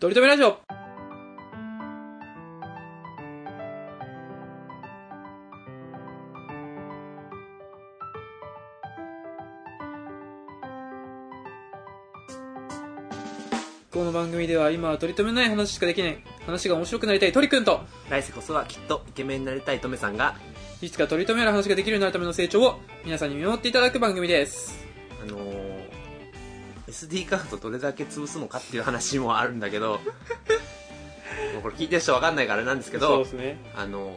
とりとめラジオこの番組では今は取り留めない話しかできない話が面白くなりたい鳥くんと来世こそはきっとイケメンになりたいトメさんが、いつか取り留める話ができるようになるための成長を皆さんに見守っていただく番組ですあのー SD カードどれだけ潰すのかっていう話もあるんだけど、 もうこれ聞いてる人わかんないからなんですけど、すねあのー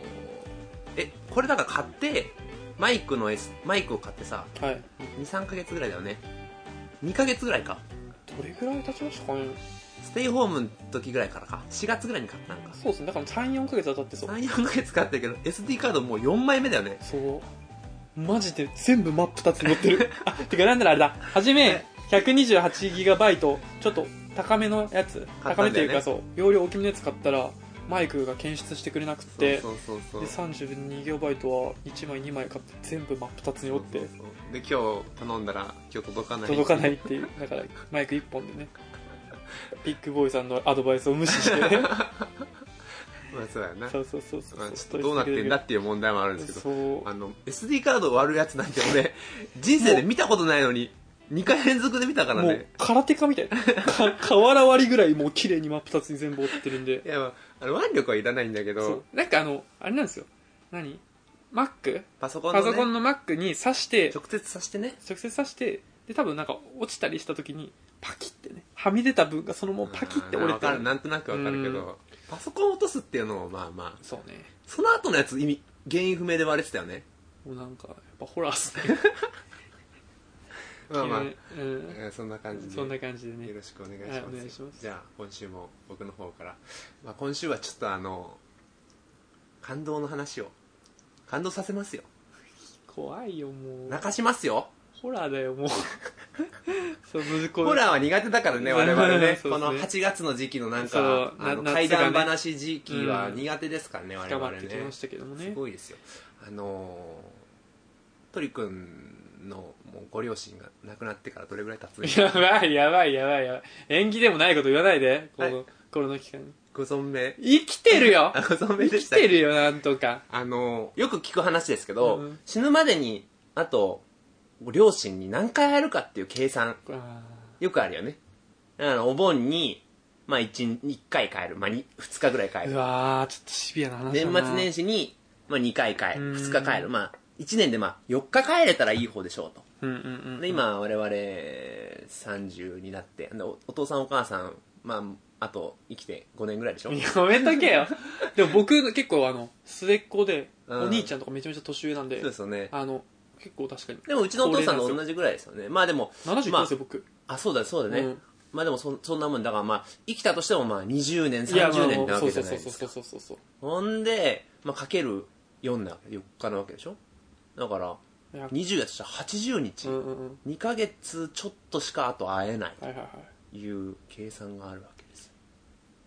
え、これだから買って、マイクの S、マイクを買ってさ、はい2、3ヶ月ぐらいだよね。2ヶ月ぐらいか。どれぐらい経ちましたかねステイホームの時ぐらいからか。4月ぐらいに買ったんか。そうですねだから34ヶ月は経ってそ3、4ヶ月買ってるけど、SD カードもう4枚目だよね。そうマジで全部真っ二つに載ってる あてかなんならあれだ初め 128GB ちょっと高めのやつ、買高っためんとだいようねかそう容量大きめのやつ買ったらマイクが検出してくれなくそうてそうそうそう。で 32GB は1枚2枚買って全部真っ二つに折ってそうそうそうで今日頼んだら今日届かない届かないっていうだからマイク1本でねビッグボーイさんのアドバイスを無視して ねまあそうやなそうそうそうそうまあちょっとどうなってんだっていう問題もあるんですけどそうあの SD カードを割るやつなんて俺人生で見たことないのに2回連続で見たからもうね空手家みたいなか 瓦割りぐらいもう綺麗に真っ二つに全部折ってるんでいや、まあ、あの腕力はいらないんだそけうどなんかあのあれなんですよ何 Mac パソコンの,、パね、ソコンの Mac に挿して直接さしてね直接挿してで多分なんか落ちたりした時にパキってねはみ出た分がそのままパキって折れわてかるなんとなくわかるけうどパソコン落とすっていうのもまあまあそうねその後のやつ意味原因不明で割れてたよねもうなんかやっぱホラーっすね まあまあ急にうんえーそんな感じでそんな感じでねよろしくお願いしはいます,、お願いしますじゃあ今週も僕の方から、まあ、今週はちょっとあの感動の話を感動させますよ怖いよもう泣かしますよホラーだ よもうそう難しいホラーは苦手だからね我々ね そうこですねの8月の時期のなんそうかあのな怪夏がね談話時期はうん苦手ですからね、我深々まっねてきましたけどもすねごいですよあのー鳥くんのもうご両親が亡くなってからどれぐらい経つの やばいやばいやばいやばい縁起でもないこと言わないでこの、はこの期間にご存命生きてるよ あご存命生できしたてるよなんとかあのよく聞く話ですけど、うん死ぬまでにあと両親に何回会えるかっていう計算あよくあるよねあのお盆に、まあ、1, 1回帰る、まあ、2, 日ぐらい帰ーうるわーちょっとシビアな話だ年な末年始に、まあ、2回帰うんる2日帰る、まあ、1年で、まあ、4日帰れたらいい方でしょうとうんうんうんで今我々30になってでおお父さんお母さん、まあ、あと生きて5年ぐらいでしょやめとけ よでも僕結構あの末っ子で、うんお兄ちゃんとかめちゃめちゃ年上なんでそうですよねあの結構確かにでもうちのお父さんと同じぐらいですよねまあでも79ですよ、僕あそうだそうだね、うんまあでもそそんなもんだからまあ生きたとしてもまあ20年いやまあ30年ってわそけうじそゃうないそうですそうかそうそうそうほんで、まあ、かける4な4日なわけでしょだからいや20やとしたら80日、うんうんうん2ヶ月ちょっとしかあと会えないはいはいはいという計算があるわけですよ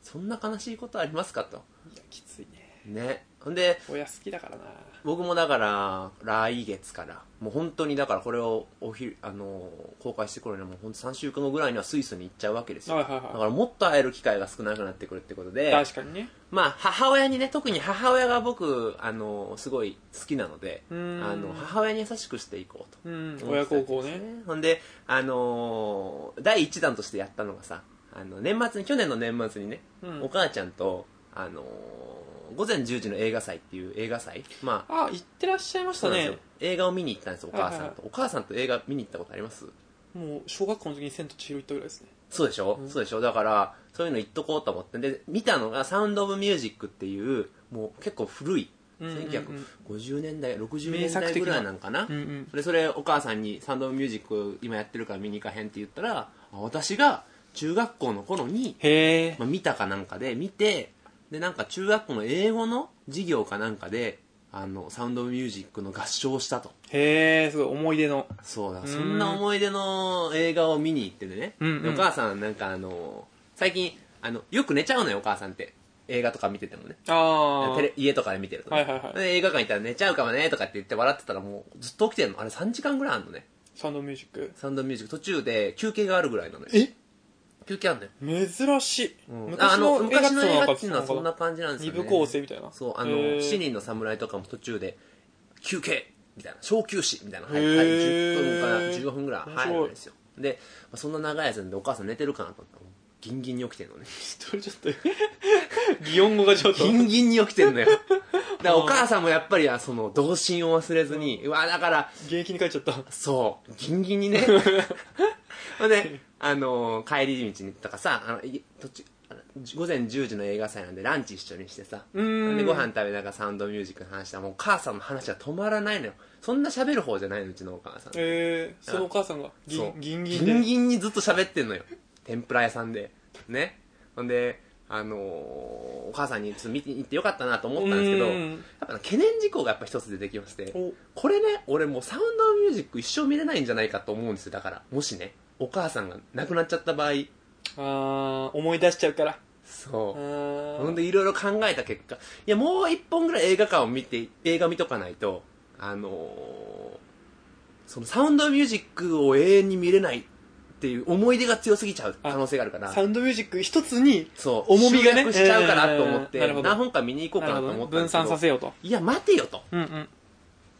そんな悲しいことありますかといやきついねねほんで親好きだからな僕もだから来月からもう本当にだからこれをおひあのー公開してくるのにはもう本当3週間後ぐらいにはスイスに行っちゃうわけですよはいはいだかはらもっと会える機会が少なくなってくるってこといで、確かにねまあ母親にね、特に母親が僕、あの、すごい好きなので、うあーんの、母親に優しくしていこうと。うん親孝行ね。ほんで、あのー第1弾としてやったのがさ、あの、年末に、去年の年末にね、うんお母ちゃんと、あのー午前10時の映画祭っていう映画祭、まあ、あ行ってらっしゃいましたなんですねよ映画を見に行ったんですよ、お母さんと。はいはいお母さんと映画見に行ったことありますもう小学校の時に「千と千尋」行ったぐらいですねそうでしょ、うんそうでしょだから、そういうの言っとこうと思って。で、見たのが、サウンド・オブ・ミュージックっていう、もう結構古い、うんうんうん1950年代、60名年作代的なぐらいなんかな。うんうんそれ、それ、お母さんに、サウンド・オブ・ミュージック今やってるから見に行かへんって言ったら、あ私が中学校の頃に、へえまあ、見たかなんかで見て、で、なんか中学校の英語の授業かなんかで、あの、サウンド・オブ・ミュージックの合唱をしたと。へえすごい思い出のそうだんそんな思い出の映画を見に行ってね、うんうんでお母さんなんかあの最近あのよく寝ちゃうのよお母さんって映画とか見ててもねああテレ家とかで見てると、はねいはいはいで映画館行ったら寝ちゃうかもねとかって言って笑ってたらもうずっと起きてるのあれ3時間ぐらいあんのねサウンドミュージックサウンドミュージック途中で休憩があるぐらいなのよえ休憩あんだよ。珍しい。うんああ昔の、の映画昔ってのの映は画なんっかていうのはそんな感じなんです二よね。部構成みたいな。そう、あへの、ー七人の侍とかも途中で、休憩みたいな、小休止みたいな、はい、へーはい、10分から15分ぐらい面白い入るんですよ。で、まあそんな長いやつなんでお母さん寝てるかなと思ったら、ギンギンに起きてん のね。一人ちょっと、擬音語がちょっとギ。ンギンに起きてん のよ。だからお母さんもやっぱり、あその、童心を忘れずに、うわ、だから、現役に帰っちゃった。そう、ギンギン にね。ほんで、あのー帰り道にとかさ、あの、い途中、あの午前10時の映画祭なんでランチ一緒にしてさ、うーんでご飯食べながらサウンドミュージックの話したらもう母さんの話は止まらないのよ。そんな喋る方じゃないの、うちのお母さん。えー、そのお母さんが、ぎそうギンギンギンで。ギンにずっと喋ってんのよ。天ぷら屋さんで。ね。ほんで、あのーお母さんにちょっと見て行ってよかったなと思ったんですけど、うやんっぱね懸念事項がやっぱ一つ出てきまして、おこれね、俺もうサウンドミュージック一生見れないんじゃないかと思うんですよ。だから、もしね、お母さんが亡くなっちゃった場合、あー、思い出しちゃうから。あそう。ほんー。で、いろいろ考えた結果、いや、もう一本ぐらい映画館を見て、映画見とかないと、あのーそのサウンドミュージックを永遠に見れないっていう思い出が強すぎちゃう可能性があるから、サウンドミュージック一つに、そう、重みがね集約しちゃうかなと思っえて、ーなるほど何本か見に行こうなかるなほとど思ねったんで分散さすけど、せようと。いや、待てよと。うん うん。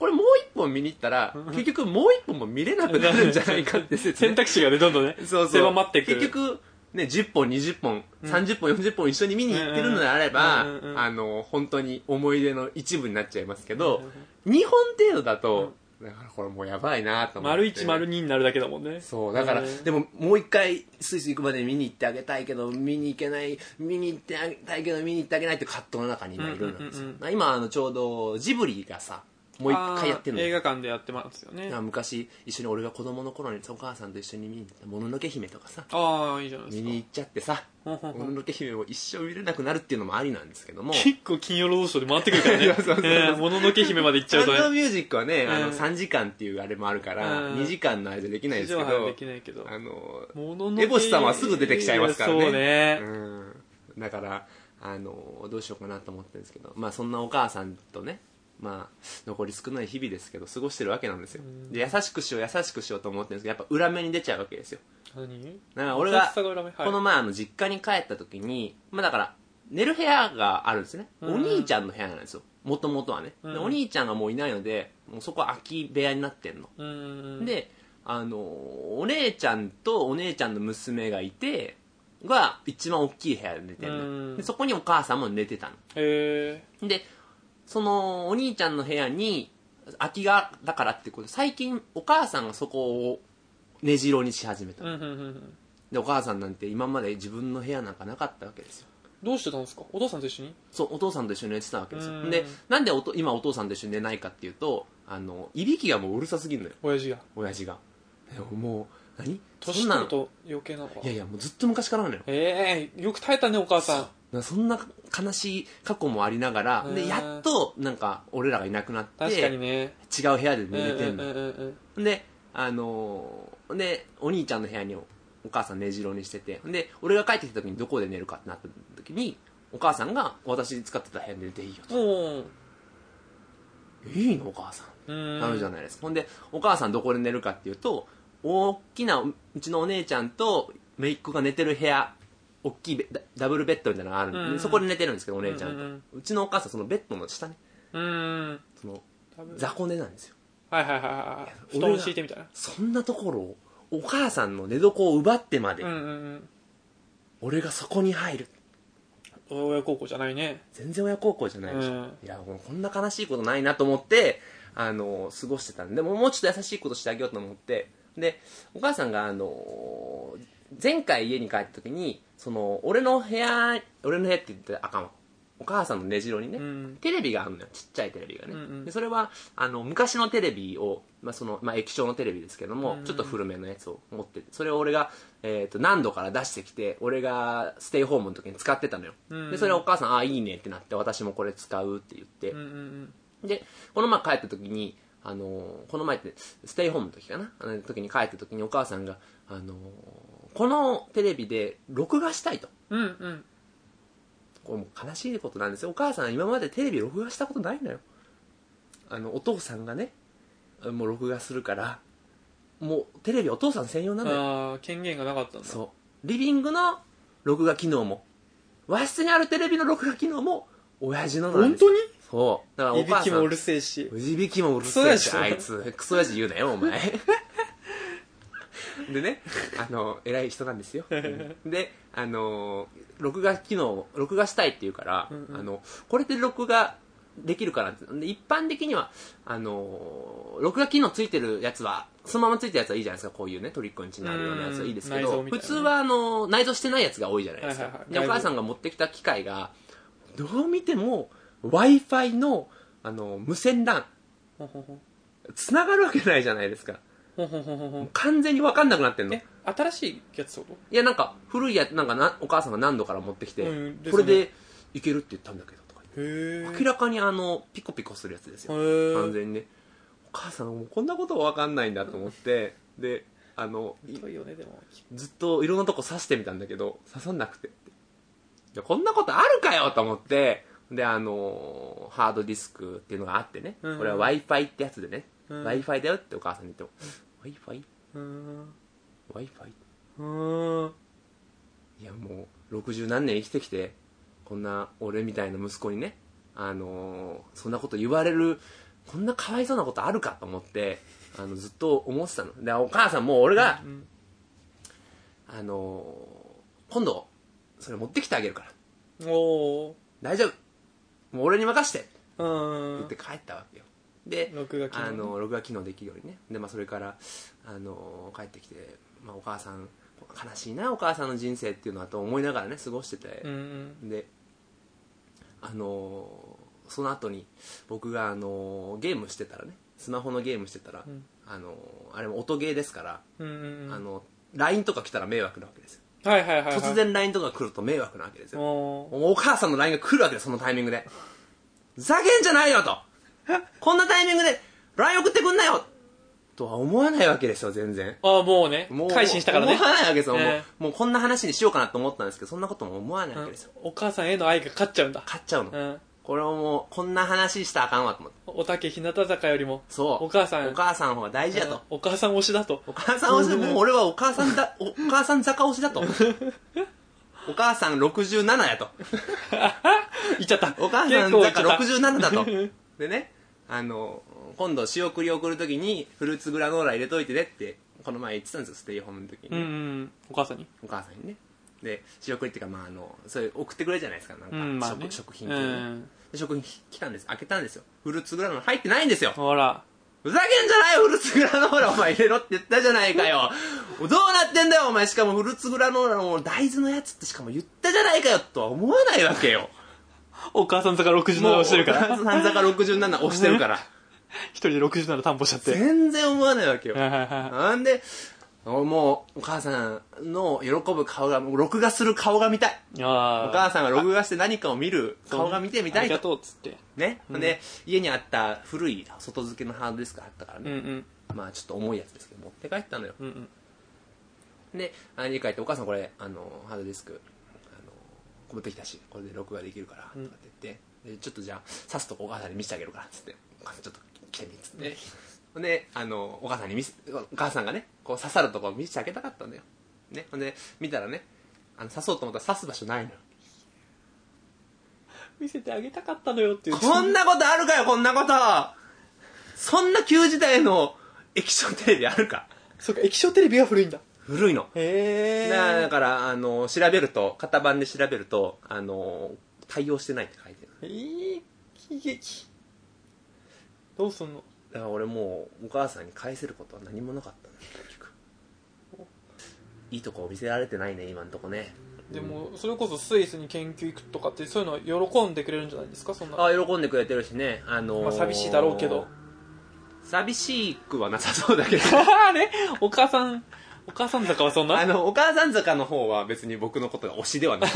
これもう一本見に行ったら、結局もう一本も見れなくなるんじゃないかって 説選択肢がね、どんどんね、そうそう狭まってくる。結局ね10本20本ん30本40本一緒に見に行ってるのであれば、うんうんうんうんあの本当に思い出の一部になっちゃいますけうどんうん、 2本程度だと、だからこれもうやばいなと思って丸一丸二になるだけだもんね。そうだから、うんでももう一回スイス行くまで見に行ってあげたいけど見に行けない見に行ってあげたいけど見に行ってあげないって葛藤の中に今いるんですうよ、んうん今あのちょうどジブリがさもう一回やってるのあーよ映画館でやってますよねいや。昔一緒に俺が子供の頃にお母さんと一緒に見に行った「もののけ姫」とかさああ、いいじゃないで見すにか。行っちゃってさ「ほんもほんほんののけ姫」を一生見れなくなるっていうのもありなんですけ どもサ結構金曜ロードショーで回ってくるからねいや そうそうそう。えーもののけ姫まで行っちゃウうンとね。ドミュージックはね、あうんの3時間っていうあれもあるから、うん2時間の間できないで地すけ上波はでどきないけど。あのもののけエボシさんはすぐ出てきちゃいますからねそうね。うんだからあのどうしようかなと思ってるんですけどまあそんなお母さんとねまあ残り少ない日々ですけど過ごしてるわけなんですよんで優しくしよう優しくしようと思ってるんですけどやっぱ裏目に出ちゃうわけですよ何だから俺がさが裏目はいこの前あの実家に帰った時に、まあだから、寝る部屋があるんですね。うんお兄ちゃんの部屋なんですよ。もともとはね、うでんお兄ちゃんがもういないので、もうそこは空き部屋になってんの。うんうんうん。で、あのーお姉ちゃんとお姉ちゃんの娘がいて、が一番大きい部屋で寝てるの、うんでそこにお母さんも寝てたえの。で、そのお兄ちゃんの部屋に空きが、だからってことで、最近お母さんがそこを根城にし始めたー、う。んうんうんうん。でお母さんなんて今まで自分の部屋なんかなかったわけですよどうしてたんですかお父さんと一緒にそうお父さんと一緒に寝てたわけですうよんでなんでおと今お父さんと一緒に寝ないかっていうとあのいびきがもううるさすぎるのよ親父が。親父がでももう何そ年んな取るのと余計なのかい。やいやもうずっと昔からなのよええー、よく耐えたね、お母さん。なそんな悲しい過去もありながらうでんやっとなんか俺らがいなくなって確かに違うね。部屋で寝れてんのうんうんうんうんであのーでお兄ちゃんの部屋におお母さん寝城にしててで俺が帰ってきた時にどこで寝るかってなった時にお母さんが私使ってた部屋で寝ていいよともう、いいのお母さんうん。なるじゃないですか、ほんでお母さんどこで寝るかっていうと大きなうちのお姉ちゃんと姪っ子が寝てる部屋大きいベダダブルベッドみたいなのがあるんで、うんそこで寝てるんですけどお姉ちゃんと、ううんうんちのお母さんそのベッドの下ねうん。その多分雑魚寝なんですよはいはいはいはい。布俺団がを敷いてみたいな。そんなところをお母さんの寝床を奪ってまで、うんうん俺がそこに入るうん。親孝行じゃないね。全然親孝行じゃないでしうょ、んいやもうこんな悲しいことないなと思ってあの過ごしてたんでもうもうちょっと優しいことしてあげようと思ってでお母さんがあの前回家に帰った時にその俺の部屋俺の部屋って言ってあかんわお母さんの根城にね、うんテレビがあるのよちっちゃいテレビがね、うんうんでそれはあの昔のテレビを、まあそのまあ、液晶のテレビですけどうも、んちょっと古めのやつを持っててそれを俺が、えー、と何度から出してきて俺がステイホームの時に使ってたのよ、うんでそれをお母さん「ああいいね」ってなって私もこれ使うって言ってうん、うんでこの前帰った時にあのーこの前ってステイホームの時かなあの時に帰った時にお母さんが、あのーこのテレビで録画したいとうん。うんうん。これもう悲しいことなんですよお母さんは今までテレビ録画したことないのよあのお父さんがねもう録画するからもうテレビお父さん専用なのよああ、権限がなかったんだ。そうリビングの録画機能も、和室にあるテレビの録画機能も、親父のなん本ですよ当にそう。だからおいび母きさもうんる、せえし。いびきもうるせえクし、ソあやしいつ、クソ親父言うなよ、お前。でね、あの、偉い人なんですよ。で、あの、録画機能、録画したいって言うから、んうんあの、これで録画できるからって。で一般的には、あの、録画機能ついてるやつは、そのままついてるやつはいいじゃないですか、こういうね、トリックンチにあるようなやつはいいですけうん内ど、蔵みたいな普通は、あの、内蔵してないやつが多いじゃないですはいはいかは。いで、お内蔵母さんが持ってきた機械が、どう見ても、Wi-Fi の、あの、無線 LAN、ほんほんほん繋がるわけないじゃないですか。ほんほんほんほんほん完全にわかんなくなってんの。え、新しいやつってこいや、なんか、古いやつ、なんかな、お母さんが何度から持ってきて、うんですねこれで、いけるって言ったんだけど、とか言っとてへえ。明らかにあの、ピコピコするやつですよ。へえ完全にね。お母さん、もうこんなことわかんないんだと思って、で、あの、い遠いよね、でも。ずっといろんなとこ刺してみたんだけど、刺さんなくて。でこんなことあるかよと思って、で、あのーハードディスクっていうのがあってね、うんこれは Wi-Fi ってやつでね、うん Wi-Fi だよってお母さんに言っても、Wi-Fi?Wi-Fi? うーん。うーん。いやもう60何年生きてきてこんな俺みたいな息子にねあのーそんなこと言われるこんなかわいそうなことあるかと思ってあのずっと思ってたのでお母さんもう俺が、うんあのー今度それ持ってきてあげるからおー。大丈夫もう俺に任せてうーってん。帰ったわけよで録画機能あの録画機能できるようにねで、まあ、それからあの帰ってきて、まあ、お母さん悲しいなお母さんの人生っていうのはと思いながらね過ごしてて、うんうん。であのーその後に僕が、あのーゲームしてたらねスマホのゲームしてたら、うんあのーあれも音ゲーですから、うんうんうん。あの LINE とか来たら迷惑なわけですよはいはいはいはい。突。然 LINE とか来ると迷惑なわけですよおー。お母さんの LINE が来るわけですそのタイミングでふざけんじゃないよ とこんなタイミングで LINE 送ってくんなよとは思わないわけですよ全然あー、もうねも。う改心したからね思。わないわけですよ、もうえもうこんな話にしようかなと思ったんですけどそんなことも思わないわけですよ、お母さんへの愛が勝っちゃうんだ。買っちゃうの、うん。これをもうこんな話したらあかんわと思っておたけ日向坂よりも。そうお母さん。お母さんの方が大事だと、お母さん推しだと。お母さん推しで もう俺はお母さんだお母さん坂推しだとお母さん67やと言っちゃった。お母さ結ん構言っち坂ゃった67だと でねあの今度仕送り送るときにフルーツグラノーラ入れといてねってこの前言ってたんですよステイホームの時に、うんうん。お母さんに。お母さんにねで仕送りっていうかまああのそういう送ってくれるじゃないですかなんか、うん、まあ、ね。食食品系うのね、ん。で食品来たんです開けたんですよフルーツグラノーラ入ってないんですよほら。ふざけんじゃないよ、フルーツグラノーラお前入れろって言ったじゃないかよ。どうなってんだよ、お前。しかもフルーツグラノーラの大豆のやつってしかも言ったじゃないかよ、とは思わないわけよ。お母さん坂67押してるから。三坂67押してる から。一人で67担保しちゃって。全然思わないわけよ。はいはいはいなんで、もう、お母さんの喜ぶ顔が、もう録画する顔が見たい。おあ母さんが録画して何かを見る顔が見てみたあいりがと。とうっつって。ね。で、家にあった古い外付けのハードディスクがあったからうんうね。ん。まあちょっと重いやつですけど、持って帰ったのよ。うんうん。で、あ家帰って、お母さんこれ、あの、ハードディスク、あの、持ってきたし、これで録画できるから、とかって言って、で、ちょっとじゃあ、刺すとこお母さんに見せてあげるから、つって、お母さんちょっと来てみ、つって。ほんで、あの、お母さんに見せ、お母さんがね、こう刺さるとこ見せてあげたかったんだよ。ね、ほんで、見たらね、あの、刺そうと思ったら刺す場所ないのよ。見せてあげたかったのよっていう。こんなことあるかよ、こんなことそんな旧時代の液晶テレビあるかそうか、液晶テレビが古いんだ。古いの。へえ。なだから、あの、調べると、型番で調べると、あの、対応してないって書いてる。えー、喜劇。どうすんのだから俺もう、お母さんに返せることは何もなかったの結局いいとこ見せられてないね、今んとこね。でも、それこそスイスに研究行くとかって、そういうの喜んでくれるんじゃないですかそんな。あ、喜んでくれてるしね、あのーまあ寂しいだろうけど。寂しくはなさそうだ けど。あれお母さん、お母さん坂はそんあなの、お母さん坂の方は別に僕のことが推しで はない。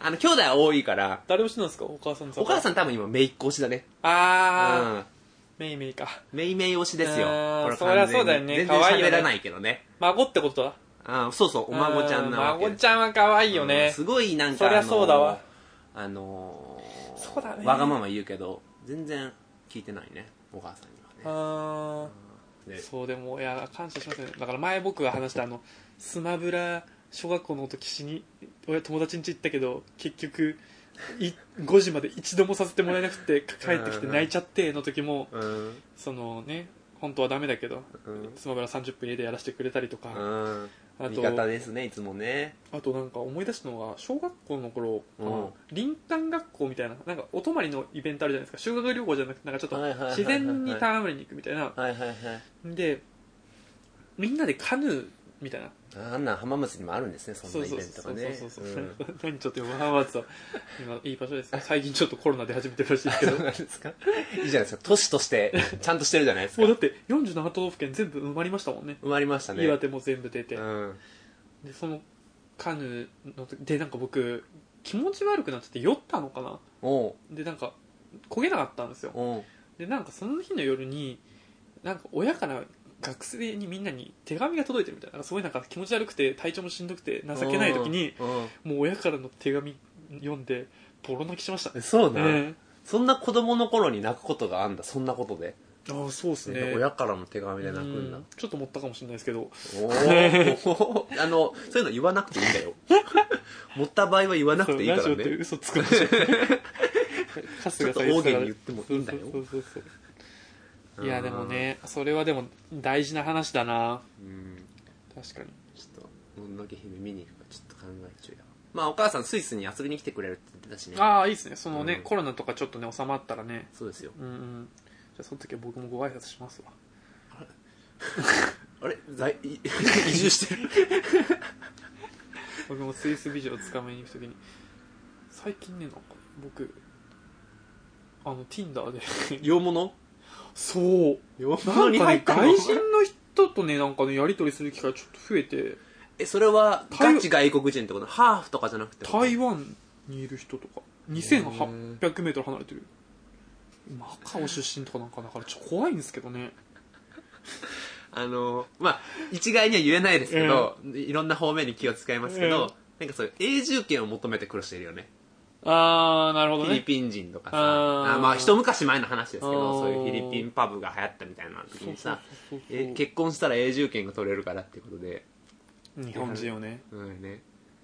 あの、兄弟は多いから、誰推しなんですかお母さん坂。お母ん。さん多分今、めいっ子推しだね。うあー、ん。メイメイか。めいめい推しですよ。あーこれそりゃ完全にそうだよね全然可愛いよね喋らないけどね。孫ってことだ。あーそうそう、お孫ちゃんなわけう孫ちゃんは可愛いようんね。すごいなんか、そりゃそうだわあのー、そうだねわがまま言うけど、全然聞いてないね、お母さんにはね。あーでそうでもいや感謝しますねだから前僕が話したあのスマブラ小学校の時しに親友達ん家行ったけど結局い5時まで一度もさせてもらえなくて帰ってきて泣いちゃっての時もうんそのね本当はダメだけどうんスマブラ30分家でやらせてくれたりとかうんあ味方とですねいつもねあとなんか思い出したのは小学校の頃かなうん林間学校みたいななんかお泊まりのイベントあるじゃないですか修学旅行じゃなくてなんかちょっとはいはいはいはいはい自然に戯れに行くみたいなはいはいはいでみんなでカヌーみたいなあんな浜松にもあるんですねそんなイベントがねそうそうそうそう、何ちょっと浜松は今いい場所ですよ最近ちょっとコロナで始めてるらしいですけ どそうなんですか いいじゃないですか都市としてちゃんとしてるじゃないですかもうだって47都道府県全部埋まりましたもんね埋まりましたね岩手も全部出て、うんでそのカヌーの時でなんか僕気持ち悪くなってて酔ったのかなおうでなんか焦げなかったんですよおうでなんかその日の夜になんか親から学生にみんなに手紙が届いてるみたいななんかすごいなんか気持ち悪くて体調もしんどくて情けない時にうんもう親からの手紙読んでボロ泣きしましたえそうな、ねそんな子供の頃に泣くことがあんだそんなことで、ああそうですねえ親からの手紙で泣くんだうんちょっと持ったかもしれないですけどおー あのそういうの言わなくていいん だよ持った場合は言わなくていいからそうラジオってね嘘 つくでしょ春日ちょっとさん大げに言言っってもたいかいらんだよそうそうそうそういやでもねそれはでも大事な話だなうん確かにちょっともののけ姫見に行くかちょっと考え中やまあお母さんスイスに遊びに来てくれるって言ってたしねああいいですねそのね、うんコロナとかちょっとね収まったらねそうですようんうんじゃあその時は僕もご挨拶しますわあれ 在移住してる 僕もスイス美女をつかめに行く時に最近ねなんか僕あの Tinder で 洋物そう洋なんかね、の外人の人とね、なんかね、やり取りする機会ちょっと増えて、 えそれは台ガチ外国人ってことハーフとかじゃなくて台湾にいる人とか、2800メートル離れてる。マカオ出身とかなんかだから、ちょっと怖いんですけどね。あのまあ一概には言えないですけど、いろんな方面に気を使いますけど、なんかそういう永住権を求めてくる人いるよねあー、なるほフィリ。ピン人とかさあーあまあ一昔前の話ですけあーどそういうフィリピンパブが流行ったみたいな時そうにそうさそうそうえ結婚したら永住権が取れるからっていうことで、日本人よね。うんね、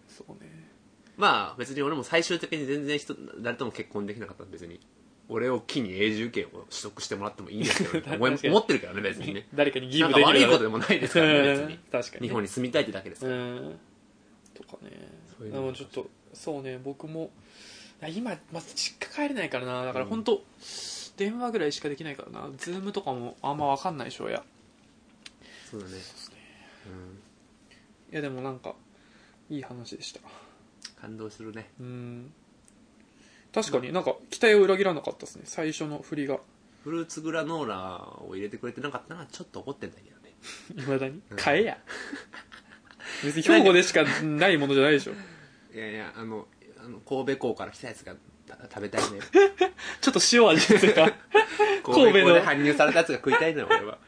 そうね。まあ別に俺も最終的に全然人誰とも結婚できなかったら別に俺を機に永住権を取得してもらってもいいんですけど、ね、思い 確かに思ってるけどね別にね誰かに義なん務かでき悪るいことでもないですからね別うんに 確かにね。日本に住みたいってだけですうから、ん。とかね。そういうでのももちょっと、そうね、僕も、いや今、まず実家帰れないからな。だから本当、電話ぐらいしかできないからな。ズームとかもあんまわかんないでしょ、や。そうだねすねうんいやでもなんかいい話でした感動するねうん確かになんか期待を裏切らなかったですね最初の振りがフルーツグラノーラを入れてくれてなかったのはちょっと怒ってんだけどねいまだに買え や別に兵庫でしかないものじゃないでしょいやいやあのあの神戸港から来たやつがた食べたいね ちょっと塩味ですか神 神戸戸港ので搬入されたやつが食いたいのよ俺は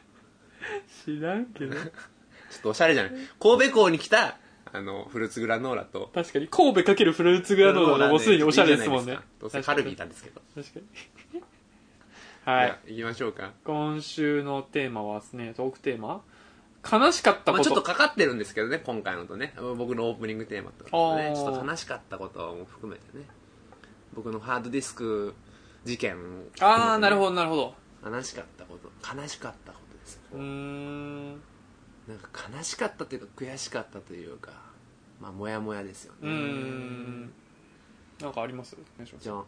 知らんけどちょっとおしゃれじゃない神戸港に来たあのフルーツグラノーラと確かに神戸×フルーツグラノーラのもうすでにおしゃれですもんねどうせカルビーなんですけど。確かに はいじゃあ。行きましょうか。今週のテーマはですねトークテーマ悲しかったまこあちょっととかかってるんですけどね、今回のとね。僕のオープニングテーマとかあーね。ちょっと悲しかったことも含めてね。僕のハードディスク事件も含めてねああなるほどなるほど悲しかったこと。悲しかったことです。うーんなんか悲しかったというか悔しかったというか、まあ、もやもやですよね。うーんなんかありますお願いしますじゃあ、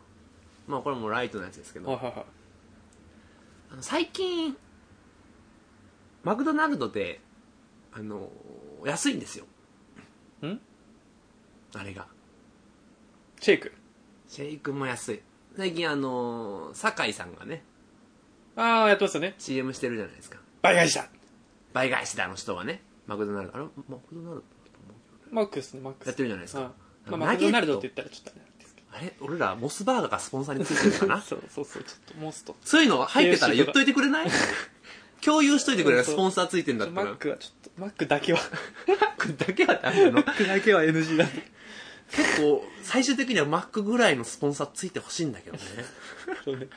まあこれもライトなやつですけど、はいはいはいあの最近、マクドナルドで、あの、安いんですよ。んあれが。シェイクシェイクも安い。最近あの、酒井さんがね、ああやってますよね CM してるじゃないですか。倍返しだ倍返しだ、あの人はね。マクドナルド。あれマクドナルドマックスねマックスやってるじゃないですかうんまあ、マナゲットクドナルドって言ったらちょっとあれなんですけあれ俺ら、モスバーガーがスポンサーについてるのかどなそうそうそうちょっとモストそういうの入ってたら言っといてくれ ない共有しといてくれないスポンサーついてんだったマら。ックはちょっとマックだけはックだけはダメなのマックだけは NG だ結構、最終的にはマックぐらいのスポンサーついてほしいんだけどね。そうね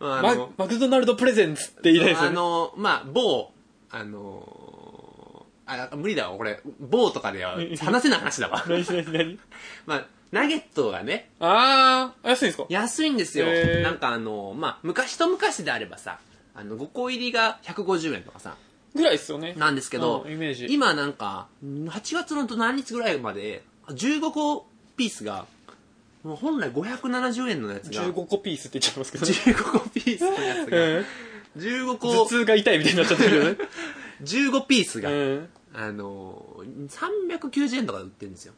まあ、あマの、マクドナルドプレゼンツって言いたいですよあねの、まあ、某、あのあ無理だわこれ某とかでは話せない話だわ何何何まあナゲットがねあー、安いんですか安いんですよへーなんかあのまあ昔と昔であればさあの5個入りが150円とかさぐらいですよね。なんですけど、うんイメージ。今なんか8月の何日ぐらいまで15個ピースがもう本来570円のやつが15個ピースって言っちゃいますけど、ね。 15個ピースのやつがうん15頭個痛が痛いみたいになっちゃってるよね。 15ピースが、うん。あのー390円とかで売ってるんですよ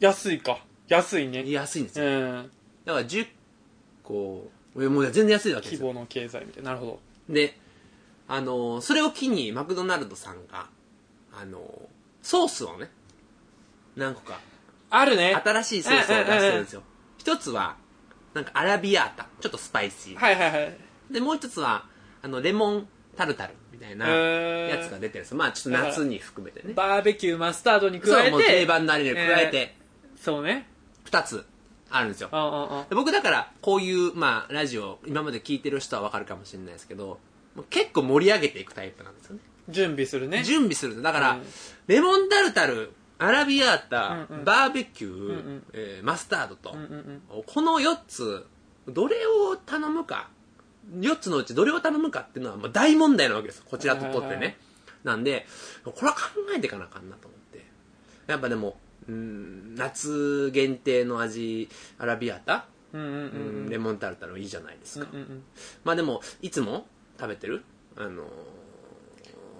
安いか。安いね。安いんですうよん。だから10個えもう全然安いわけ規ですよ模の経済みたいな。なるほであのーそれを機にマクドナルドさんがあのーソースをね何個かど。あるね。新しいソースを出してるんですよ一つはなんかアラビアータちょっとスパイシーはいはいはい。でもう一つはあのレモンタルタルみたいなへーやつが出てるんですよまあちょっと夏に含めてねバーベキューマスタードにそ加うえもう定て、番のあれに加えてそうね。 2つあるんですようんうんうん。で僕だからこういう、まあ、ラジオ今まで聞いてる人はわかるかもしれないですけどもう結構盛り上げていくタイプなんですよね準備するね。準備するんですだから、うんレモンタルタルアラビアータ、うんうんバーベキュー、うんうんえーマスタードと、うんうんこの4つどれを頼むか4つのうちどれを頼むかっていうのはまあ大問題なわけですよこちらととってね、はいはいはいなんでこれは考えていかなあかんなと思ってやっぱでもうん夏限定の味アラビアータ、うん。うんうんううんん。レモンタルタルいいじゃないですうんか、うんまあでもいつも食べてるあのうーん。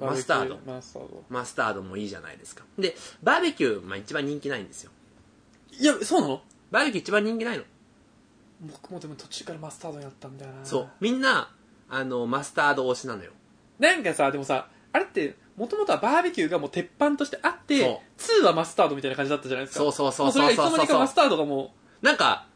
マスターバドベキュマスタード。マスタードもいいじゃないですかでバーベキュー、まあ、一番人気ないんですよいや、そうなのバーベキュー一番人気ないの僕もでも途中からマスタードになったんだよな。そう。みんなあのマスタード推しなのよなんかさ、でもさ、あれって、もともとはバーベキューがもう鉄板としてあっそうて、2はマスタードみたいな感じだったじゃないですか。そうそうそうそうもれがいつの間にそうそうそうかマスタードがも なんか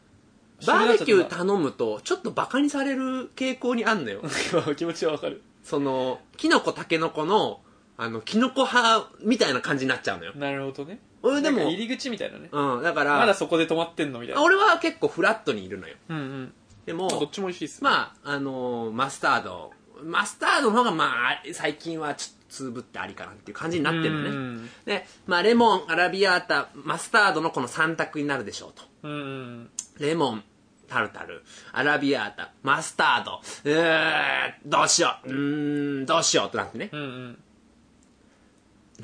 一緒バになっーちゃベったキュー頼むとちょっとバカにされる傾向にあんのよう、気持ちはわかる。そのキノコタケノコのあのキノコ派みたいな感じになっちゃうのよなるほどね。俺でなんかも入り口みたいなね。うんだからまだそこで止まってんのみたいな。俺は結構フラットにいるのようんうん。でどっもちも美味しいっす。あ、まああのーマスタードマスタードの方がまあ最近はちょっとつぶってありかなっていう感じになってるのね、うんで、まあ、レモンアラビアータマスタードのこの3択になるでしょうとうんうん。レモン、タルタル、アラビアータ、マスタード、うーん、どうしよう、うーん、どうしようってなってね。うんうん。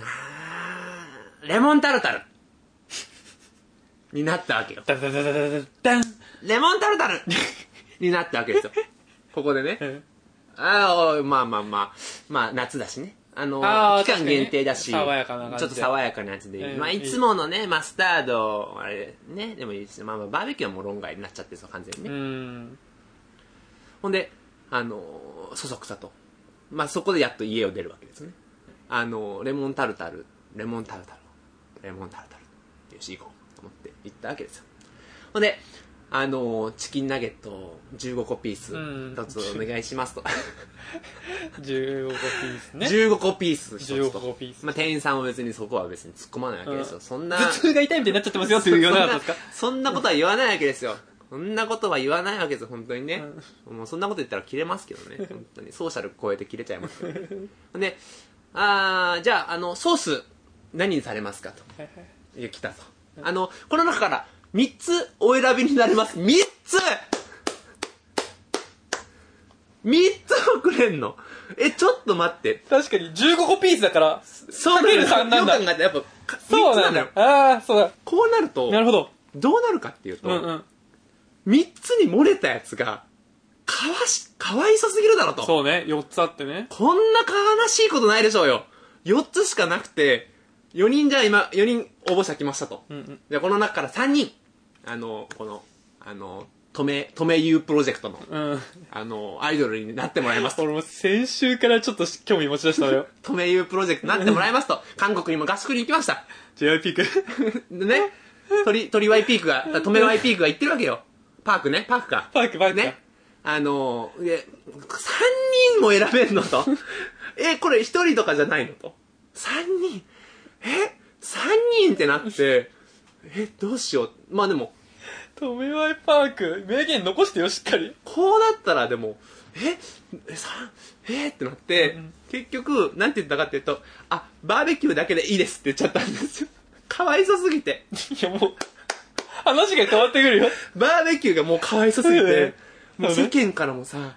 あーレモンタルタルになったわけよ。ダダダダダダダンレモンタルタル になったわけですよ。ここでね。うんあーおいまあまあまあ、まあ夏だしね。あの、あー期間限定だし、確かにね爽やかな感じでちょっと爽やかなやつでいい。うんまあいいいつものね、マスタード、あれね、でもいいし、まあまあバーベキューはもう論外になっちゃってるんですよ、完全にねう。ん。ほんで、あのーそそくさと。まあ、そこでやっと家を出るわけですね。あのーレモンタルタル、レモンタルタル、レモンタルタル。よし、行こう。と思って行ったわけですよ。ほんで、あのーチキンナゲット15個ピース、うん一つお願いしますと。 15個ピースね。 15個ピース一つ15個とピー。スまあ、店員さんは別にそこは別に突っ込まないわけですよ。うんそんな。頭痛が痛いみたいになっちゃってますよって言わなかったですか そんなそんなことは言わないわけですよ。そんなことは言わないわけですよ、本当にね。もうそんなこと言ったら切れますけどね。本当に。ソーシャル超えて切れちゃいますけどね。で、あーじゃあ、あの、ソース、何にされますかと。はいはいいや、来たと。あの、この中から3つお選びになれます。3つ !3 つもくれんのえ、ちょっと待って。確かに15個ピースだから、そうかける3なんだよく考えたらやっぱ、かそ3うつななんのだよ。。ああ、そうだ。こうなると、なるほど。どうなるかっていうと、うんうん。 3つに漏れたやつが、かわし、かわいそすぎるだろと。そうね、4つあってね。こんな悲しいことないでしょうよ。4つしかなくて、4人じゃあ今、4人応募者来ましたと。うんうん。じゃあこの中から3人、あの、この、あの、止め、止めゆうプロジェクトの、うん。あの、アイドルになってもらいますと。俺も先週からちょっと興味持ち出したの よ。止めゆうプロジェクトになってもらいますと。 韓国にも合宿に行きました。 JYP くん。でね、鳥、鳥ワイピークが、止めワイピークが行ってるわけよ。パークね、パークか。パークパークかね。あのー、で、3人も選べんの と。え、これ1人とかじゃないのと。3人。え ?3 人ってなって、え、どうしよう。まあでも、とめわいパーク、名言残してよ、しっかり。 こうなったらでも、ええさえってなって、うん結局なんて言ったかっていうとあバーベキューだけでいいですって言っちゃったん ですよかわいそすぎていやもう、話が変わってくるよ。バーベキューがもうかわいそすぎてもうそう世ね間からもさ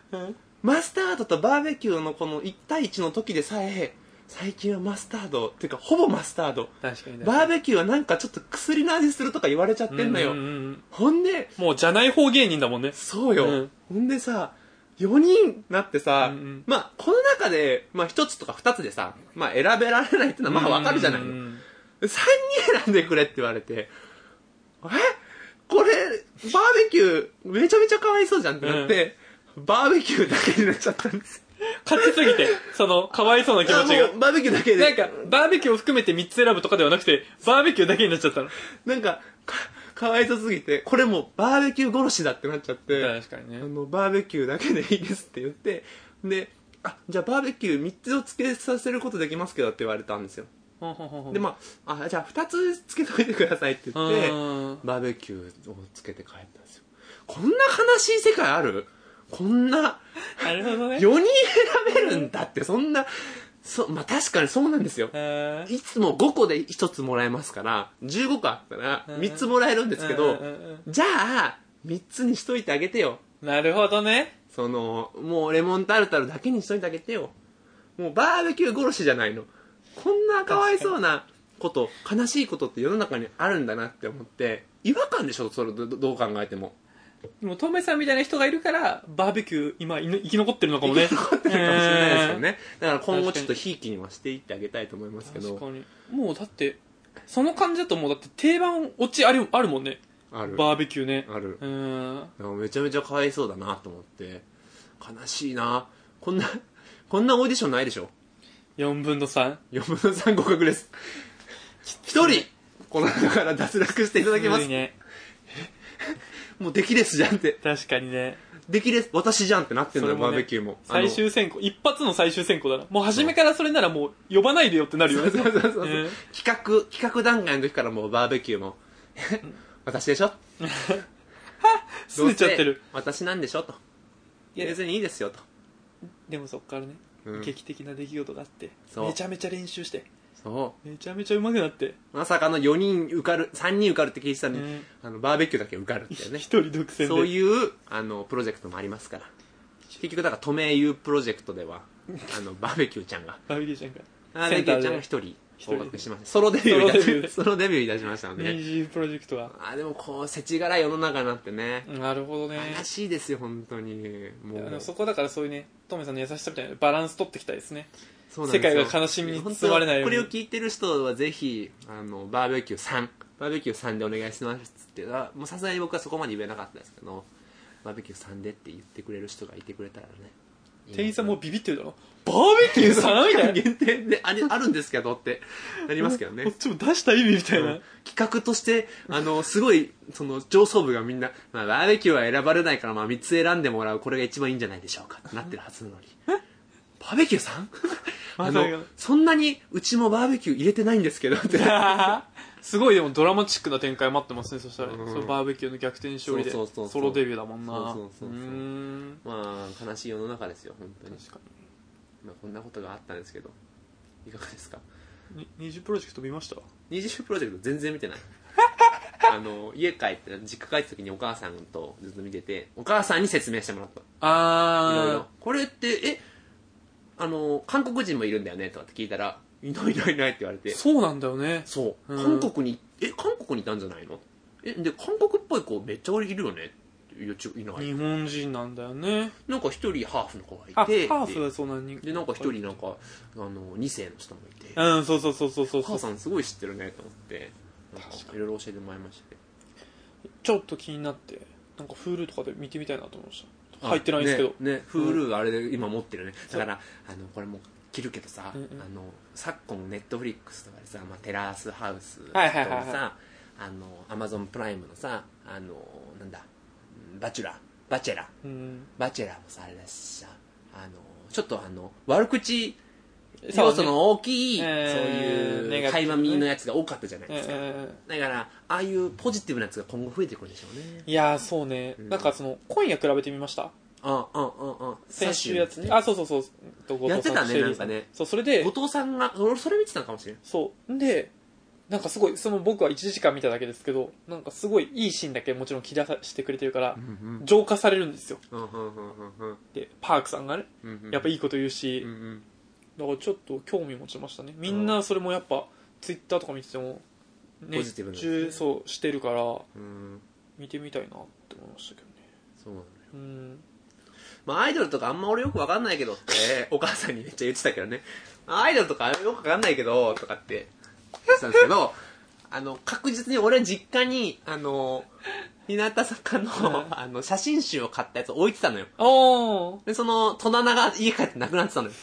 マスタードとバーベキューのこの1対1の時でさえ最近はマスタードっていうかほぼマスタード確かにバーベキューはなんかちょっと薬の味するとか言われちゃってんのよ、うんうんうんほんでもうじゃない方芸人だもんね。そうよ、うんほんでさ4人なってさ、うんうんまあこの中で、まあ、1つとか2つでさ、まあ、選べられないってのはまあわかるじゃないの、うんうんうん3人選んでくれって言われてえこれバーベキューめちゃめちゃかわいそうじゃんってなって、バーベキューだけになっちゃったんです勝ちすぎて、その、かわいそうな気持ちあがも。うバーベキューだけでなんか、バーベキューを含めて3つ選ぶとかではなくて、バーベキューだけになっちゃったの。なんかかかわいそうすぎてこれもうバーベキュー殺しだってなっちゃって確かにねあ。のバーベキューだけでいいですって言ってであじゃあバーベキュー3つをつけさせることできますけどって言われたんですよ、ほんほんほんほんでまああじゃあ2つつけといてくださいって言ってうんバーベキューをつけて帰ったんですよこんな悲しい世界あるこんななるほどね4。人選べるんだってそんなそまあ確かにそうなんですよあーいつも5個で1つもらえますから15個あったらうん3つもらえるんですけうんうどんうんじゃあ3つにしといてあげてよなるほどね。そのもうレモンタルタルだけにしといてあげてよもうバーベキュー殺しじゃないのこんなかわいそうなこと悲しいことって世の中にあるんだなって思って違和感でしょそれどどどう考えてもでも、トメさんみたいな人がいるから、バーベキュー、今、いの生き残ってるのか もね。生き残ってあるかもしれないですよ。ねだから今後確かちょっにとひいきにはしていってあげたいと思いますけ確かどに。もう、だって、その感じだともう、だって定番オチあるあるもんね。あるバーベキューね。あるうーん。なんかめちゃめちゃかわいそうだなと思って悲しいなこんな こんなオーディションないでしょ4分の 3? 4分の3合格です1人この中から脱落していただきますね。もう出来ですじゃんって確かにね。できれ私じゃんってなってんのよ、それもバねーベキューも最終選考、一発の最終選考だな。もう初めからそれならもう呼ばないでよってなあるのよそうね。そうそうそう、ね企画企画段階の時からもうバーベキュー も私でしょすねちゃってどうる。せ私なんでしょといや、別にいいですよと、でもそっからね、うん劇的な出来事があって、そうめちゃめちゃ練習して、そめちゃめちゃ上手くなって、うまさかの4人受かる3人受かるって聞いてたのに、うんあのバーベキューだけ受かるっていうね一人独占で。そういうあのプロジェクトもありますから結局だから止めうプロジェクト ではあのバーベキューちゃんがバーベキューちゃんが、バーセベンキタューーちゃんがで1、人人合格しましたソロデビューいた ソロデビューでしソロデビューいたしましたので、ニージープロジェクトは。あでもこう世知辛い世の中になってねなるほどね。悲しいですよ本当にもあのうそこだからそういうね、トメさんの優しさみたいなバランス取っていきたいですね。そうなんですよ世界が悲しみに包まれないように本当これを聞いてる人はぜひあのバーベキュー3バーベキュー3でお願いしますって言ったらもうさすがに僕はそこまで言えなかったですけどバーベキュー3でって言ってくれる人がいてくれたらね店員さんもうビビってるだろ。バーベキューさんみたいな。限定で ありあるんですけどってなりますけどねこっちも出した意味みたいな。企画としてあのすごいその上層部がみんな、まあ、バーベキューは選ばれないから、まあ、3つ選んでもらうこれが一番いいんじゃないでしょうかってなってるはずなの にバーベキューさ んあまさのかそんなにうちもバーベキュー入れてないんですけど っていやー すごいでもドラマチックな展開待ってますねそしたら、うんそのバーベキューの逆転勝利でそうそうそうそうソロデビューだもんなそうそうそうそうーんまあ悲しい世の中ですよ本当に確、かまあ、こんなことがあったんですけどいかがですかにに20プロジェクト見ました二次プロジェクト全然見 てないあの家帰って実家帰った時にお母さんとずっと見ててお母さんに説明してもらったいろいろあこれってえあの韓国人もいるんだよねとかって聞いたらいないいないいないって言わーれてそうなんだよねそう、うん韓国にえ韓国にいたんじゃないのえで韓国っぽい子めっちゃいるよねいやちいない日本人なんだよねなんか一人ハーフの子がいてあハーでフはそうなんにでなんか一人なんかあの2世の人もいてうんそうそうそうそうそうお母そうさんすごい知ってるねと思ってなんか確かいろいろ教えてもらいましたけどちょっと気になってなんか Hulu とかで見てみたいなと思いました入ってないんですけど、ねね Hulu あれで今持ってるねだそうからあのこれもう切るけどさ、うんうんあの昨今ネットフリックスとかでさ、まあ、テラスハウスとはかいではいはいはいさあのアマゾンプライムのさあのなんだバチュラーバチェラーうんバチェラーもさあれだしさあのちょっとあの悪口そう要ね素の大きいそう,、えーネいガうティ垣ブね間見のやつが多かったじゃないええですか、ええだからああいうポジティブなやつが今後増えてくるでしょうねいやーそうね、うんなんかその今夜比べてみましたああああ先週やってねあそうそうそうと後やってたねシェリーなんかねそうそれで後藤さんが俺それ見てたのかもしれないそうんでなんかすごいその僕は1時間見ただけですけどなんかすごいいいシーンだけもちろん切り出してくれてるからうん浄化されるんですようんうんうんうんうんでパークさんがねうんうんやっぱいいこと言うし、うんうんだからちょっと興味持ちましたねみんなそれもやっぱツイッターとか見ててもポジティブなんですね熱中そうしてるからうん見てみたいなって思いましたけどねそうなのようんまあアイドルとかあんま俺よくわかんないけどって お母さんにめっちゃ言ってたけどねアイドルとかよくわかんないけどとかって言ってたんですけど あの確実に俺実家にあの日向坂のあの写真集を買ったやつ置いてたのよああで、その戸棚が家帰ってなくなってたのよ。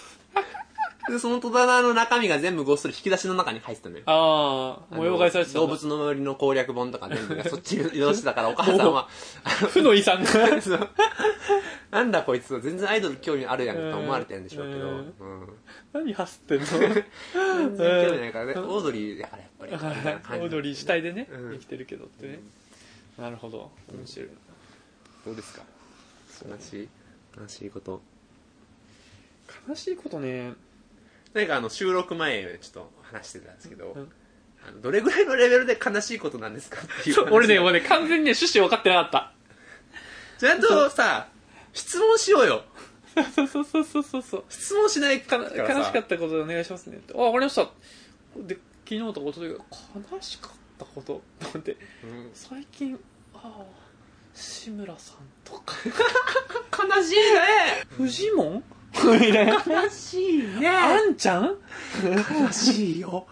で、その戸棚の中身が全部ごっそり引き出しの中に入ってたのよ。ああ模様替えされてたあんのだ動物の森の攻略本とか全部がそっちに移動してたから、お母 さんは、負の遺産がそう なんだこいつ、全然アイドル興味あるやんと思われてるんでしょうけうど、うんん。何走ってんの 全然興味ないからね、オードリーだからやっぱり。オードリー主体でね、うん生きてるけどってね、なるほど面白いなどうですか悲しい、悲しいこと。悲しいことねなんかあの、収録前ちょっと話してたんですけど、うんあのどれぐらいのレベルで悲しいことなんですかっていう話 が。俺ねもうね完全にね趣旨分かってなかちゃんとさ、質問しようよ。ったそうそうそうそうそう質問しないかからなさ。悲しかったことでお願いしますねってあわかりましたで昨日とかおととい悲しかったことと思ってうん最近ああ志村さんとか悲しいね。フジモンみたいな悲しいね。あんちゃん悲しいよ。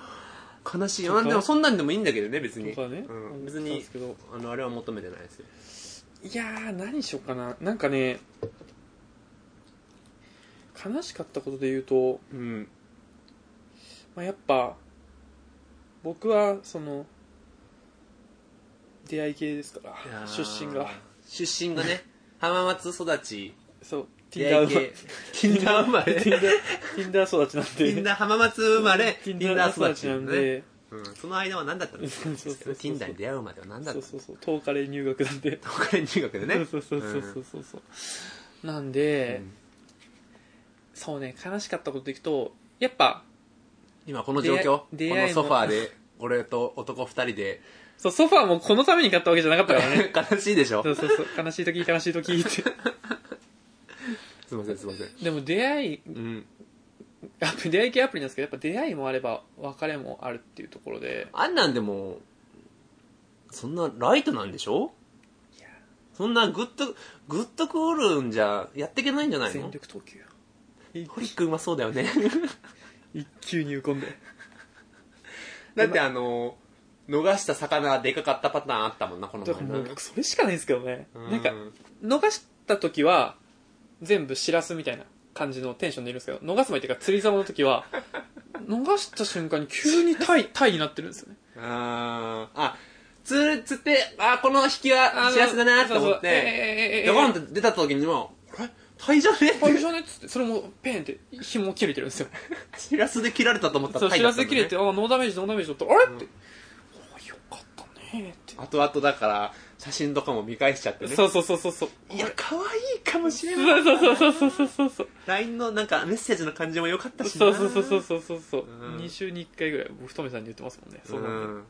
悲しいよ。そうかまあでもそんなんでもいいんだけどね、別に。そうだねん、別別にに、あの、あれは求めてないですよ。いやー何しようかななんかね悲しかったことで言うと、うん。まあ、やっぱ僕はその出会い系ですから出身が。出身が ね、浜松育ち、そう出 Tinder 会い系 Tinder 生まれ Tinder Tinder 育ちなんで Tinder 浜松生まれ、 Tinder Tinder 育育ちちななんんでね。でうん。その間は何だったんですかそうそうそう Tinder に出会うまでは何だっそたうんですそかうそう東カレ入学なんで東海大学でね。そうそうそうそうそうそうなんで、そうね悲しかったことでいくとやっぱ今この状況こ出会のいソファーで俺と男二人でそうソファーもこのために買ったわけじゃなかったからね 悲しいでしょそうそうそう悲しい時悲しい時ってすいませんすいません でも出会いうんアプリ出会い系アプリなんですけどやっぱ出会いもあれば別れもあるっていうところであんなんでもそんなライトなんでしょいやそんなグッとグッとくるんじゃやっていけないんじゃない全の力投球ホリックうまそうだよね一球に浮込んで だってあの逃した魚でかかったパターンあったもんなこのだから前もうな僕それしかないんですけどねうなんか逃した時は全部知らすみたいな感じのテンションでいるんですけど逃す前っていうか釣り竿の時 は逃した瞬間に急にタイ タイになってるんですよねあーあつつってあーこの引きは幸せだなって思っそうそうえてえええええドコンって出た時にもあれタイじゃね あれじゃねっつってそれもペンって紐切れてるんですよシラスで切られたと思ったそうらタイ知だらったんだせね切れてあノーダメージノーダメージだったらあれって、うあよかったねって、後々だから写真とかも見返しちゃってねそうそうそうそうそういや可愛いかもしれないそうそうそうそうそうそうそう LINE のなんかメッセージの感じも良かったしなそうそうそうそうそうそうそううん2週に1回ぐらい僕トメさんに言ってますもんねそううなんだよん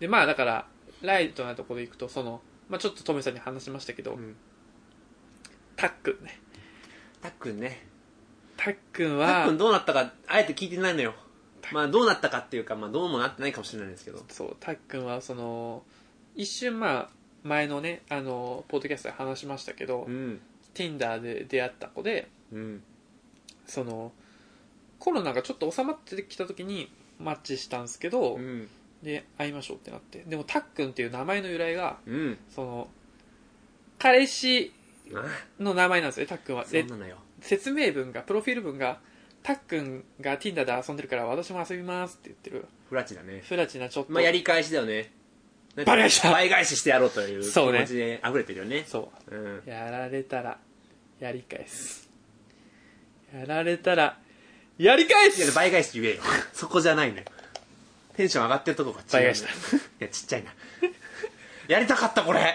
でまあだからライトなところでいくとその、まあ、ちょっとトメさんに話しましたけど、うんタックンねたっくんねタックンたっはくんどうなったかあえて聞いてないのよまあどうなったかっていうかまあどうもなってないかもしれないですけどそうタックンはその一瞬まあ前のねあのポッドキャストで話しましたけど、うん Tinder で出会った子でうんそのコロナがちょっと収まってきた時にマッチしたんですけど、うんで会いましょうってなってでもタックンっていう名前の由来がうんその彼氏あの名前なんですよねタックンはそでうなのよ説明文がプロフィール文がタックンが Tinder で遊んでるから私も遊びますって言ってるフラチだねふらちなちょっと、まあやり返しだよねバレました倍返ししてやろうという気そうね持ちで溢れてるよねそううんうやられたらやり返すやられたらやり返いや、す倍返しって言えよ。 そこじゃないのよ。テンション上がってるとこが違う。倍返しだいや、ちっ ちゃいな。やりたかった、これ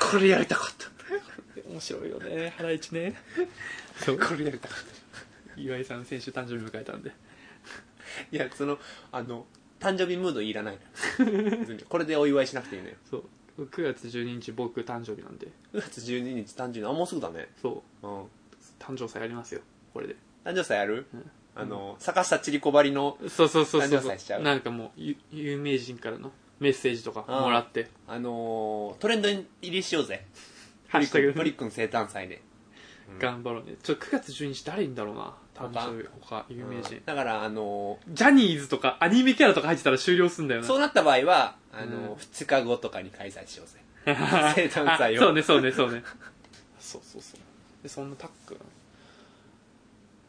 これやりたかった。面白いよねハライチねそうこれやりたかっ岩井さん先週誕生日迎えたんでたいやそのあの誕生日ムードいらないの別 にこれでお祝いしなくていいのよそう9月12日僕誕生日なんで9月12日誕生日あもうすぐだねそううん誕生祭やりますよこれで誕生祭やる、んあの坂下ちりこばりのそうそうそうそ誕う生祭しちゃうなんかもうゆ有名人からのメッセージとかもらってあのートレンド入りしようぜハッシュタグトリックの生誕祭で頑張ろうねちょっと9月12日誰いんだろうな誕生日他有名うん人だからあのジャニーズとかアニメキャラとか入ってたら終了すんだよーなそうなった場合はあうのんー、2日後とかに開催しようぜ 生誕祭をそうねそうねそうねそうそうそうでそんなタック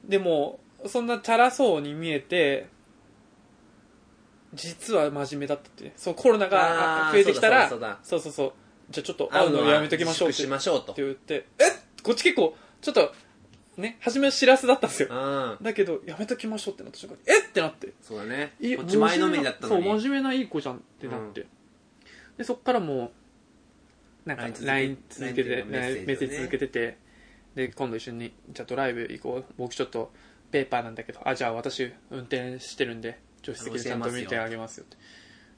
でもそんなチャラそうに見えて実は真面目だったってねそうコロナがあー増えてきたらそうだそうそうそうじゃあちょっと会うのやめときましょうって自粛しましょうっとて言ってえこっち結構ちょっとね初めは知らせだったんですようんだけどやめときましょうってなった瞬間にえってなってそうだねいいこっち前のめりだったのにそう真面目ないい子じゃんってなって、でそっからもうなんか LINE LINE 続続けけててメッメッセーセージジをね続けててで今度一緒にじゃあドライブ行こう僕ちょっとペーパーなんだけどあじゃあ私運転してるんで助手席でちゃんと見てあげますよっ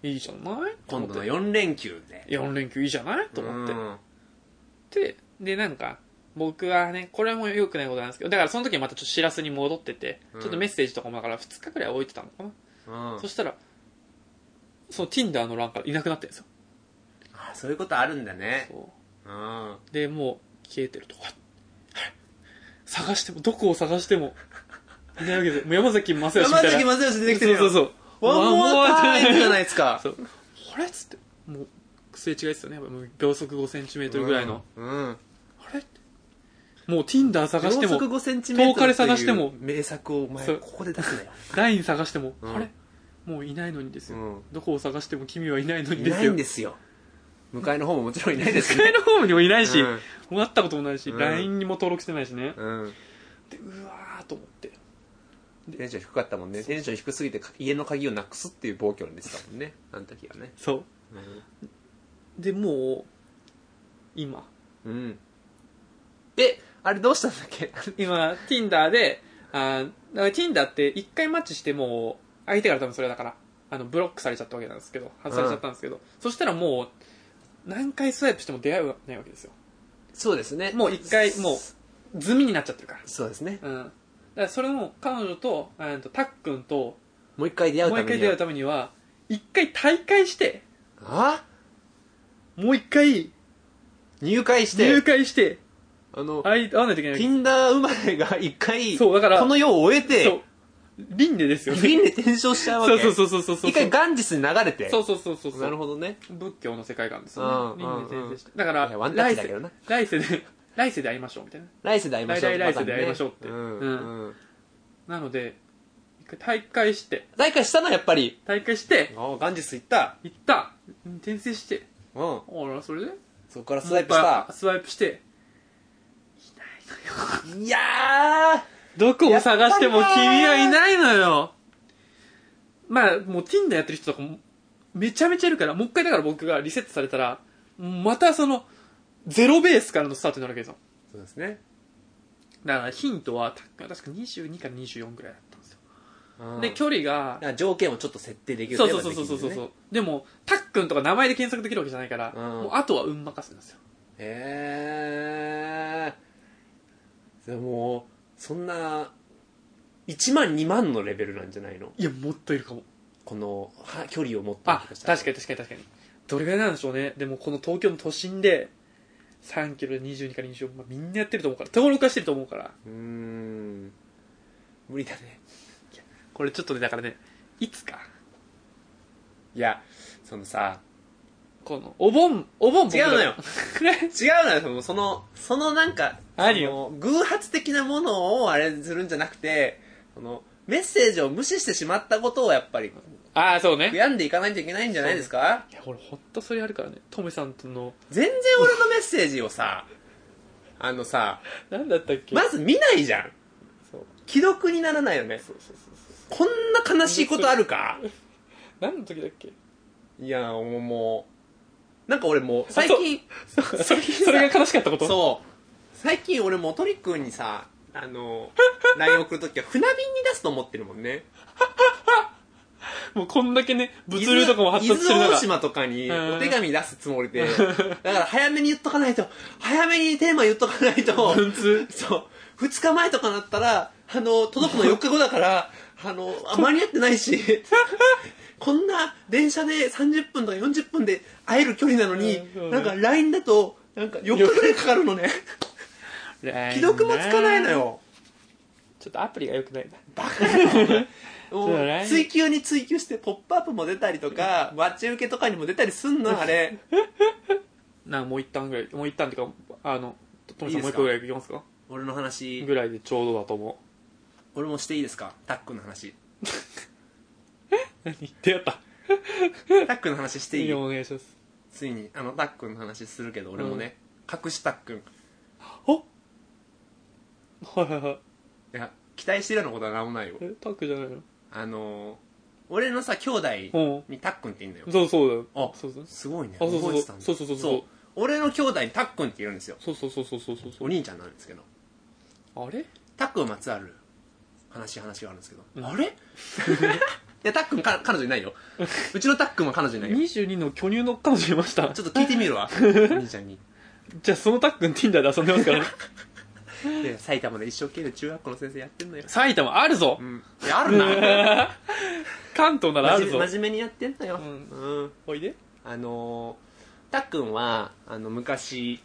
ていいじゃないと思今っ度ての4連休で4連休いいじゃないと思って、うんででなんか僕はねこれも良くないことなんですけどだからその時またちょっと知らせに戻ってて、うんちょっとメッセージとかもだから2日くらい置いてたのかなうんそしたら、その Tinder の欄からいなくなってるんですよ。あそういうことあるんだねそうんうで、もう消えてると。はい探しても、どこを探しても、いないわけですよ。もう山崎正義みた山いな。崎正義出てきてるよそうそうそう。ワンモアタイムじゃないいですかそう。あれっつって、もう、すれ違いですよね。やっぱもう秒速5センチメートルぐらいの。うんあれもう Tinder 探して秒速も、 5センチメートル遠くから探してもという名作をお前そこうこで出すなよライン探しても、うんあれもういないのにですよ、うんどこを探しても君はいないのにいでなすいよ。んですよ向かいの方ももちろんいないです向かいねのホームにもいないし、うんもう会ったこともないし、うん LINE にも登録してないしね。うんでうわーと思ってテンション低かったもんねテンション低すぎて家の鍵をなくすっていう暴挙でしたもんねあの時はねそうでもう今うんであれどうしたんだっけ今 Tinder であーだから Tinder って一回マッチしてもう相手から多分それだからあのブロックされちゃったわけなんですけど外されちゃったんですけど、そしたらもう何回スワイプしても出会えないわけですよそうですねもう一回もう済みになっちゃってるかそうですねらうんだからそれも彼女とあーとたっくんともう一回出会うもうた一め回に出は会うためには一回大会してあもう一回入会して入会してあの会い会わないといけない Tinder 生まれが一回そうだからこの世を終えそうて。輪廻ですよね。輪廻転生しちゃうわそけうそうそうそうそうそう。一回ガンジスに流れてそうそうそうそうそう。なるほどね仏教の世界観ですうんよね。輪廻転生して。だかいらやワ、ンタッ来チだけど世な、来世で、 来世で会いましょうみたいな。来世で会いましょう来来世で会いましょうってんうんうんなので、一回大会して、大会したなやっぱり大会して、ガンジス行った行った、転生して、うんあら、それでそこからススワイプしたスワイプして、いやどこを探してもやっぱり君ねはいないのよ。まあ、もう Tinder やってる人とかもめちゃめちゃいるから、もう一回だから僕がリセットされたら、またその、ゼロベースからのスタートになるわけですよ。ーそうですねだからヒントは、た確か22から24ぐらいだったんですよ。うんで、距離がだ、から条件をちょっと設定できるそうそうそうそうそうそうへ、でも、たっくんとか名前で検索できるわけじゃないから、うんもうあとは運任せなんですよ。えー、でもそんな1万2万のレベルなんじゃないのいや、もっといるかも。このは距離を持ってあ、確かにに確かに確かに。どれぐらいなんでしょうね。でもこの東京の都心で、3キロで22から24、まあ、みんなやってると思うから、登録はしてると思うから。うーん無理だねこれちょっとね、だからね、いつか、いやそのさこの、お盆、お盆僕違うのよ。ね違うのよそのそのなんか何よその偶発的なものをあれするんじゃなくてそのメッセージを無視してしまったことをやっぱり ああ、そうね。い悔やんでいかないといけないんじゃないですかや、俺ほんとそれあるからね。トメさんとの、全然俺のメッセージをさあのさなんだったっけまず見ないじゃんそう既読にならないよねそうそうそうそこんな悲しいことあるかう。何の時だっけいやもうもうなんか俺もう最近 それ、それが悲しかったことそう最近俺もトリくんにさあの LINE 送るときは船便に出すと思ってるもんねもうこんだけね、物流とかも発達してる伊豆大中、島とかにうんお手紙出すつもりで、だから早めに言っとかないと、早めにテーマ言っとかないと、 文通そう、2日前とかなったら、あの、届くの4日後だから、 あの、あ間に合ってないし、 こんな電車で30分とか40分で会える距離なのにうんそう、ねなんか LINE だと、なんか4日ぐらいかか るのね。既読もつかないの。よ。ちょっとアプリが良くないな。もそうだうね追求に追求して「ポップアップも出たりとか待ち受けとかにも出たりすんのあれなんかもう一旦ぐらい、もう一旦っていうか、あの、トミさいいんもう一ですか個ぐらいいきますか俺の話ぐらいでちょうどだと 思う。俺もしていいですかタックンの話何出会った。タックンの話していいいいよお願いします。ついにあのタックンの話するけど俺もね、隠しタックンいおはいはいはい。や期待してるようなことは何もないよえ、タックじゃないのあのー俺のさ兄弟うにタックンって言うんだよん。そうそうだよ。あそうそう。すごいねあそうそうそう覚えてたんだそうそうそうそう俺の兄弟にタックンって言うんですよそうそうそうそうそうそうそおう。兄ちゃんなんですけどあれタックンまつわる話話があるんですけど、うんあれ いやタックンか彼女いないようちのタックンは彼女いないよ ?22 の巨乳の彼女いました。ちょっと聞いてみるわ兄ちゃんにじゃあそのタックン Tinder で遊んでますからね。で埼玉で一生懸命中学校の先生やってんのよ 埼玉あるぞうんいやあるな関東ならある真面ぞ目真面目にやってんのよ、うんうんおいであのーたっくんはあの昔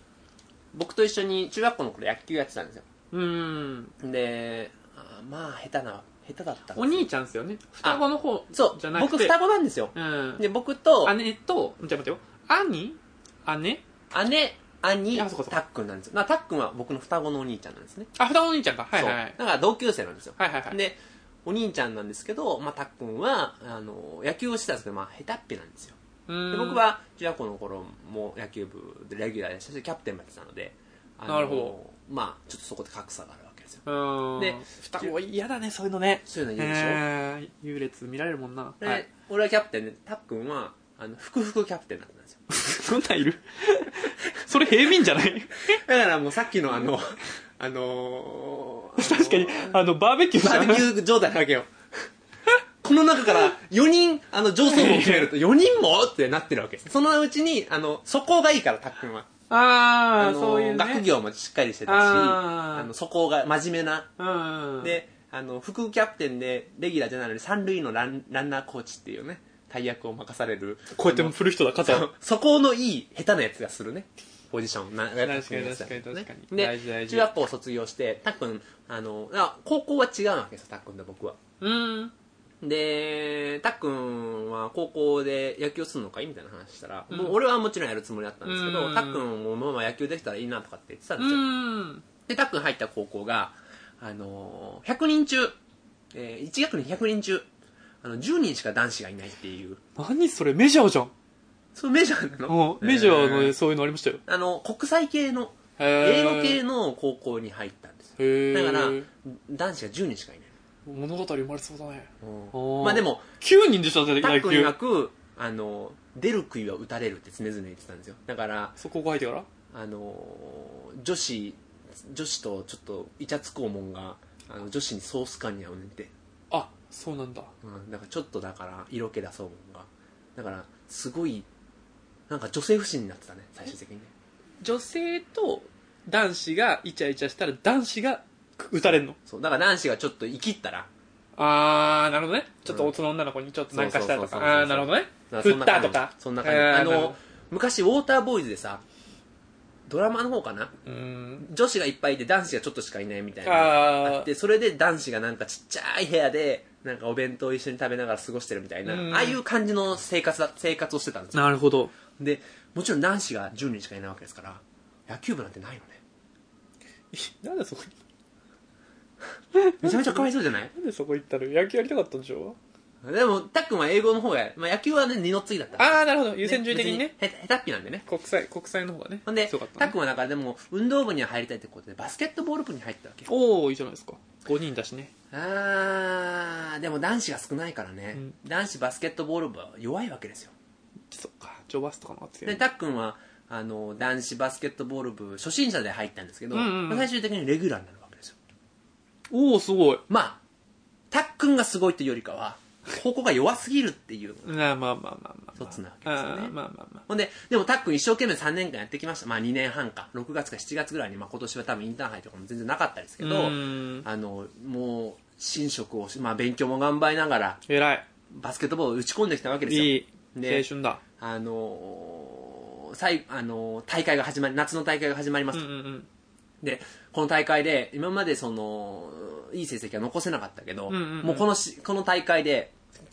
僕と一緒に中学校の頃野球やってたんですようーん。であーまあ下手な下手だったんですお兄ちゃんですよね。双子の方そうじゃなくて。僕双子なんですようん。で僕と姉と、じゃ待ってよ。兄姉姉兄あそうかそうたかっくんなんですよだからたっくんは僕の双子のお兄ちゃんなんですねあ、双子のお兄ちゃんか。はいはいはいそ。うだから同級生なんですよ、はいはいはい。でお兄ちゃんなんですけど、まあ、たっくんはあの野球をしてたんですけど、まあ、下手っぴなんですようーんで僕、は中学校の頃も野球部でレギュラーでしたしキャプテンもやってたのであのなるほどまあちょっとそこで格差があるわけですようーん。で双子は嫌だね、そういうのね。そういえうの言うでしょ、ー、優劣見られるもんな。ではい。俺はキャプテンでたっくんはあの副々キャプテンだったんですよ そんなんいる それ平民じゃない だからもうさっきのあのあの ー確かに、あの、バーベキューバーベキュュー状態なわけよ この中から4人あの上層部を決めると4人もってなってるわけそのうちにあの素行がいいからたっくんはああー、のそういうね。学業もしっかりしてたしあーあの素行が真面目なうんうん。、であの副キャプテンでレギュラーじゃないのに三塁のランランナーコーチっていうね大役を任されるこうやって振る人だ、肩あのを。 そこのいい下手なやつがするねポジションな確確かに確かに確かに。で大事大事。中学校を卒業してたっくんあのあ高校は違うわけですよたっくんと僕はうーん。でたっくんは高校で野球するのかいみたいな話したら、うんもう俺はもちろんやるつもりだったんですけうどんたっくんもまあまあ野球できたらいいなとかって言ってたんうですよ、ーん。で、たっくん入った高校が、あのー100人中、えー1学年100人中、あの、10人しか男子がいないっていう、何それメジャーじゃん。そのメジャーなうんの。メジャーのえねーそういうのありましたよ。あの、国際系の、英英語系の高校に入ったんですよ。へだーから、男子が10人しかいない。物語生まれそうだね。うんまあでも、 9人でしょ、たっ野くん曰球。く、あの、出る杭は打たれるって常々言ってたんですよ。だから、そこが入ってからあのー女子、女子とちょっとイチャつくおもんが、あの女子にソース感に合うねんって。あ、そうなんだ。うん、だからちょっとだから色気出そうもんがだからすごいなんか女性不信になってたね最終的にね女性と男子がイチャイチャしたら男子が打たれんの。そうだから男子がちょっと生きったらあー、なるほどね。ちょっと大人の女の子にちょっとなんかしたらとか。そうそうそうそうあー、なるほどね。だから振そんっなた感じとか。そんな感じえーあなるほのど昔ウォーターボーイズでさドラマの方かなうーん。女子がいっぱいいて男子がちょっとしかいないみたいなあーあってそれで男子がなんかちっちゃい部屋でなんかお弁当を一緒に食べながら過ごしてるみたいなうんああいう感じの生活だ生活をしてたんですよなるほど。でもちろん男子が10人しかいないわけですから野球部なんてないよねなんでそこ、めちゃめちゃかわいそうじゃないなんでそこ行ったの野球やりたかったんでしょでも、たっくんは英語の方や、まあ、野球はね、二の次だった。あー、なるほど。優先順位的にね。別へ、へたっぴなんでね。国際、国際の方がね。ほんで、強かったたねっくんはだからでも、運動部には入りたいってことで、バスケットボール部に入ったわけ。おおいいじゃないですか5人だしねあー、でも男子が少ないからね、うん男子バスケットボール部は弱いわけですよ。そっかジョバスとかのあってで、たっくんは、あの、男子バスケットボール部、初心者で入ったんですけど、うんうんうんまあ最終的にレギュラーになるわけですよ。おおすごいまあ、たっくんがすごいというよりかは、ここが弱すぎるっていう。まあまあまあまあまあ一つなわけですよねあーまあまあまあほんで、でもたっくん一生懸命3年間やってきました。まあ2年半か。6月か7月ぐらいに、まあ今年は多分インターハイとかも全然なかったですけどう、んあの、もう、寝食をし、まあ勉強も頑張りながら、偉いバスケットボールを打ち込んできたわけですよ。いいで青春だあのー、最あのー大会が始まり、夏の大会が始まりまうすんう。んうんで、この大会で、今までその、いい成績は残せなかったけど、うんうんうんもうこのし、この大会で、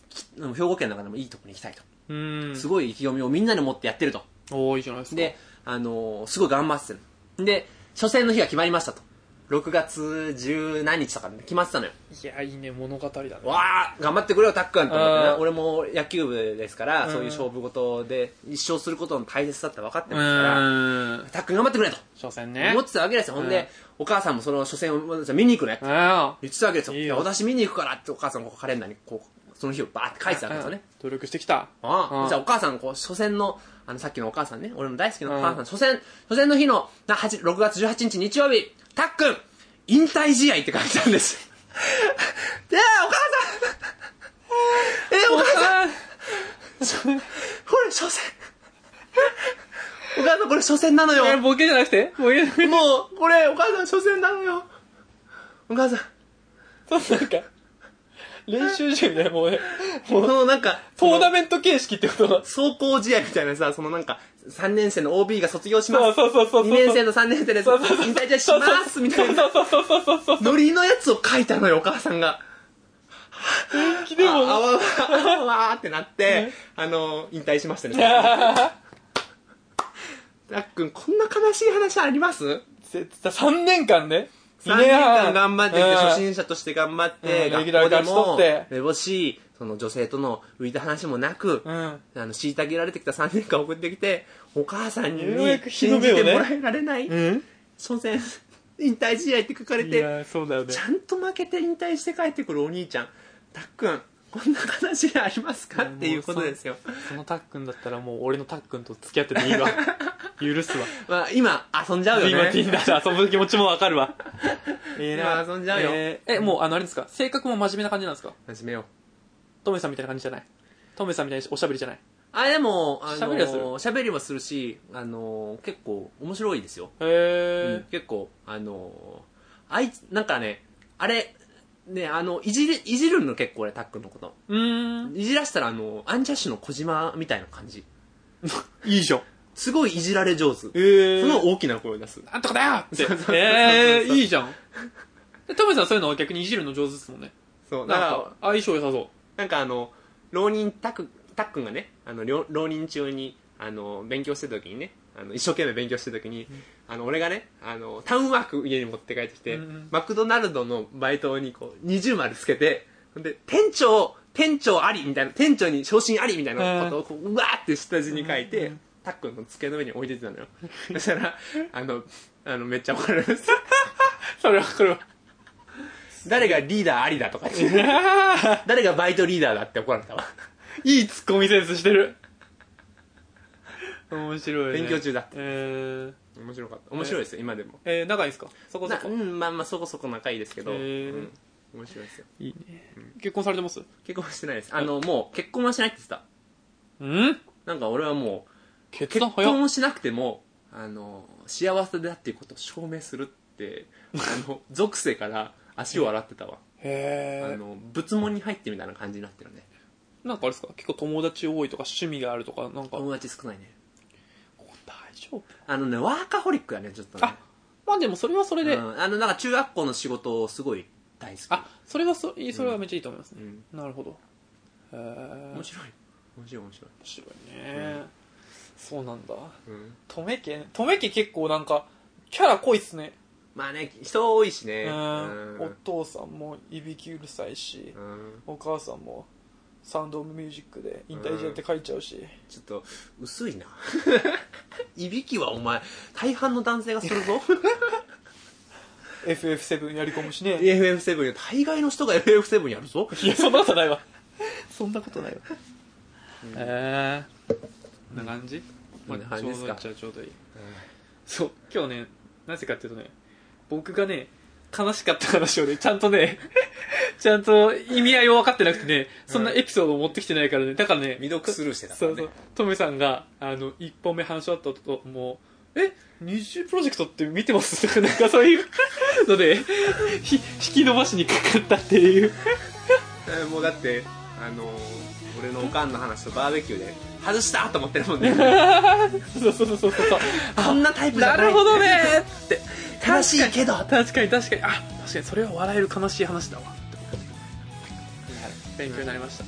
き兵庫県の中でもいいとこに行きたいと。うーんすごい意気込みをみんなに持ってやってると。おーいいじゃないですかで、あのーすごい頑張ってる。で、初戦の日が決まりましたと。6月十何日とかに決まってたのよ。いやいいね物語だねわあ頑張ってくれよ、たっくんと思ってねうん俺も野球部ですから、うんそういう勝負事で一生することの大切さって分かってうますから、ーんたっくん頑張ってくれと所詮ね思ってたわけですよ。ほんで、お母さんもその初戦を見に行くね。あ言ってたわけですいよ。いよいや私見に行くからってお母さんがこうカレンダーにこう、その日をバーって書いてたわけですよね。努力してきたあうんあ。じゃあお母さん、こう、初戦の、あの、さっきのお母さんね、俺の大好きなお母さん、うん初戦、初戦の日の、な、8 6月18日日曜日、たっくん、引退試合って書いてたんです。 いやーお母さんえー、お母さんこれ初戦。お母さん、これ初戦なのよ。えボケじゃなくてボケじゃなくてもう、これ、お母さん、初戦なのよ。お母さん、そうなんか練習試合みたいなもうねこのなんか、トーナメント形式ってことだ走行試合みたいなさ、そのなんか、3年生の OB が卒業しまそうす。そうそうそう2年生の3年生です。そうそうそう引退試合しますみたいそな。うそうそうそうそうノリのやつを書いたのよ、お母さんが。であわもわわわってなって、あの、引退しましたね。 たっくん、こんな悲しい話あります3年間ね ?3 年間頑張ってきて、初心心者として頑張っうて、んレギュラー学勝校ち取でっも、めぼしい、その女性との浮いた話もなく、うんあの、虐げられてきた3年間送ってきて、お母さんにようやく日の信目じをねてもらえられない、うん所詮、引退試合って書かれいて、やそうだよねちゃんと負けて引退して帰ってくるお兄ちゃん、たっくん、こんな話ありますかいやっていうことですよ。そのたっくんだったらもう俺のたっくんと付き合ってていい わ許すわまあ、今、遊んじゃう今よね。 Tinder で遊ぶ気持ちもわかる わえ今遊んじゃうよえーえもうあのあれですか性格も真面目な感じなんですか始めよう。おトメさんみたいな感じじゃないトメさんみたいなおしゃべりじゃないあ、でも、あ喋りはするの、喋りはするし、あの、結構、面白いですよ。へうんえ結構、あの、あいつ、なんかね、あれ、ね、あの、いじる、いじるの結構俺、たっくんのこと。うーんいじらしたら、あの、アンジャッシュの小島みたいな感じ。いいじゃんすごいいじられ上手。ええすごい大きな声を出す。なんとかだよってそうそうそうそうええいいじゃんでトメさんそういうのは逆にいじるの上手ですもんねそう、だなんからか、相性良さそなんかあの、浪人たく、たっくんがね、あの、浪浪人中に、あの、勉強してた時にね、あの、一生懸命勉強してた時に、あの、俺がね、あの、タウンワーク家に持って帰ってきて、うんうんマクドナルドのバイトにこう、二重丸つけて、ほんで、店長、店長ありみたいな、店長に昇進ありみたいなことをこう、うわーって下地に書いて、たっくんの机の上に置いててたのよ。 そしたら、あの、あの、めっちゃ怒られました。うそれはそれは誰がリーダーありだと かって、誰がバイトリーダーだって怒られたわ。いいツッコミセンスしてる。面白い、ね。勉強中だってえー、面白かった。面白いですよ、今でも。えー、仲いいですかそこそなこう。んまあまあそこそこ仲いいですけど、へーうん面白いですよいいね。結婚されてます結婚はしてないですあのもう結婚はしないって言ってたうんなんか俺はもう決結断早婚っ。をしなくてもあの幸せだっていうことを証明するってあの 属性から足を洗ってたわ、あへえ。の仏門に入ってみたいな感じになってるねなんかあれですか結構友達多いとか趣味があるとか、なんか、友達少ないね大丈夫あのねワーカホリックやねちょっとねあ、まあでもそれはそれで、うんあのなんか中学校の仕事をすごい大好きあ、それはそ、いいそれはめっちゃいいと思いますうね。ん、なるほど。へえ。面面白い面白い面白い、白いね。そうなんだ。うんとめ家ね、とめ家結構なんか、キャラ濃いっすね。まあね人多いしねうん、うおん父さんもいびきうるさいし、うんお母さんもサウンド・オブ・ミュージックで引退試合って書いちゃうし、ちょっと、薄いな。 いびきはお前、大半の男性がする ぞ。 FF7 やり込むしね FF7 よ。大概の人が FF7 やるぞ。 いやそんなことないわそんなことないわへえな感じ、うんまあ、はいちょうですどかっちゃちょうどいいそう今日ねなぜかっていうとね僕がね悲しかった話をねちゃんと ねちゃんと意味合いを分かってなくてねそんなエピソードを持ってきてないからねだからね未読スルーしてたかそらうそねうトムさんがあの1本目話し終わったともうえ二次プロジェクトって見てますとかなんかそういうのでひ引き伸ばしにかかったっていうえーもうだってあのー俺のおかんの話とバーベキューで外したと思ってるもん ねそうそうそうそうそうこんなタイプじゃなないるほどねって悲しいけど確かに確かにあ確かにそれは笑える悲しい話だわって思って勉強になりました、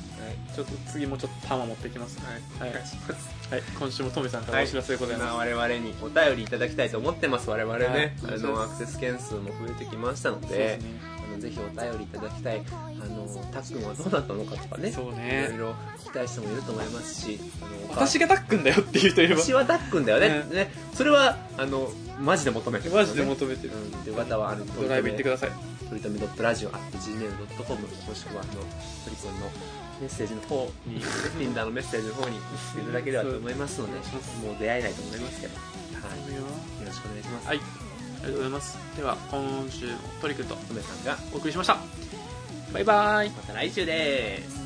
ちょっと次もちょっと玉持ってきますははいい、お願いしますはい、今週もトミさんからお知らせでございます、はい今我々にお便りいただきたいと思ってます我々ね、はいあのアクセス件数も増えてきましたのでそうですねあのぜひお便りいただきたいあのたっくんはどうだったのかとかねそうねいろいろ聞きたい人もいると思いますしあの私がタックンだよっていう人いれば私はたっくんだよねうねそれはあのマジで求めてる、マジで求めてる、うん、で方はあのドライブ行ってくださいとりとめ .radio.gmail.com もしくはあのトリコンのメッセージの方に Tinder のメッセージの方に送っていただければと思いますのでそうですもう出会えないと思いますけど、はい、よろしくお願いします、はいありがとうございますでは今週もトリックとトメさんがお送りしましたバイバイまた来週です